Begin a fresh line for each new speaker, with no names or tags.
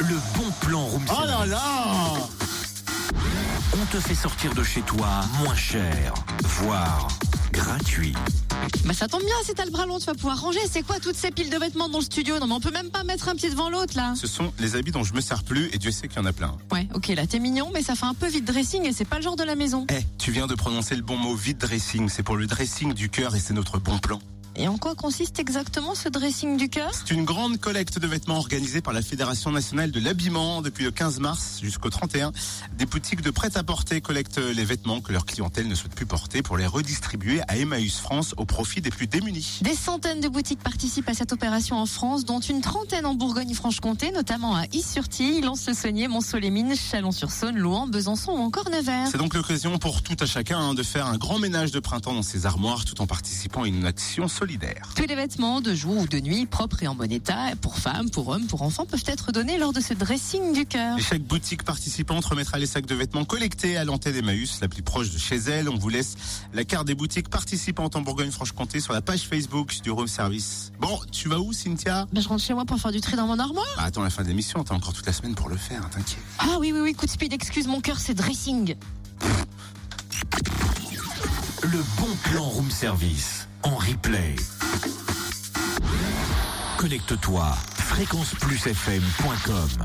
le bon plan room
Oh là là
On te fait sortir de chez toi moins cher, voire gratuit.
Bah ça tombe bien, si t'as le bras long, tu vas pouvoir ranger. C'est quoi toutes ces piles de vêtements dans le studio Non mais on peut même pas mettre un pied devant l'autre là.
Ce sont les habits dont je me sers plus et Dieu sait qu'il y en a plein.
Ouais, ok, là t'es mignon, mais ça fait un peu vite dressing et c'est pas le genre de la maison.
Eh, tu viens de prononcer le bon mot vide dressing. C'est pour le dressing du cœur et c'est notre bon plan.
Et en quoi consiste exactement ce dressing du cœur
C'est une grande collecte de vêtements organisée par la Fédération nationale de l'habillement depuis le 15 mars jusqu'au 31. Des boutiques de prêt-à-porter collectent les vêtements que leur clientèle ne souhaite plus porter pour les redistribuer à Emmaüs France au profit des plus démunis.
Des centaines de boutiques participent à cette opération en France, dont une trentaine en Bourgogne-Franche-Comté, notamment à Is-sur-Tille, Lens-le-Saunier, Mont-Solémine, Chalon-sur-Saône, Louan, Besançon ou encore Nevers.
C'est donc l'occasion pour tout à chacun hein, de faire un grand ménage de printemps dans ses armoires tout en participant à une action solidaire.
Tous les vêtements de jour ou de nuit, propres et en bon état, pour femmes, pour hommes, pour enfants, peuvent être donnés lors de ce dressing du cœur.
Et chaque boutique participante remettra les sacs de vêtements collectés à l'antenne Emmaüs, la plus proche de chez elle. On vous laisse la carte des boutiques participantes en Bourgogne-Franche-Comté sur la page Facebook du Room Service. Bon, tu vas où, Cynthia
Bah, je rentre chez moi pour faire du tri dans mon armoire.
Bah, Attends la fin de l'émission, t'as encore toute la semaine pour le faire, hein, t'inquiète.
Ah oui, oui, oui, coup de speed, excuse mon cœur, c'est dressing.
Le bon plan room service en replay. Connecte-toi fréquenceplusfm.com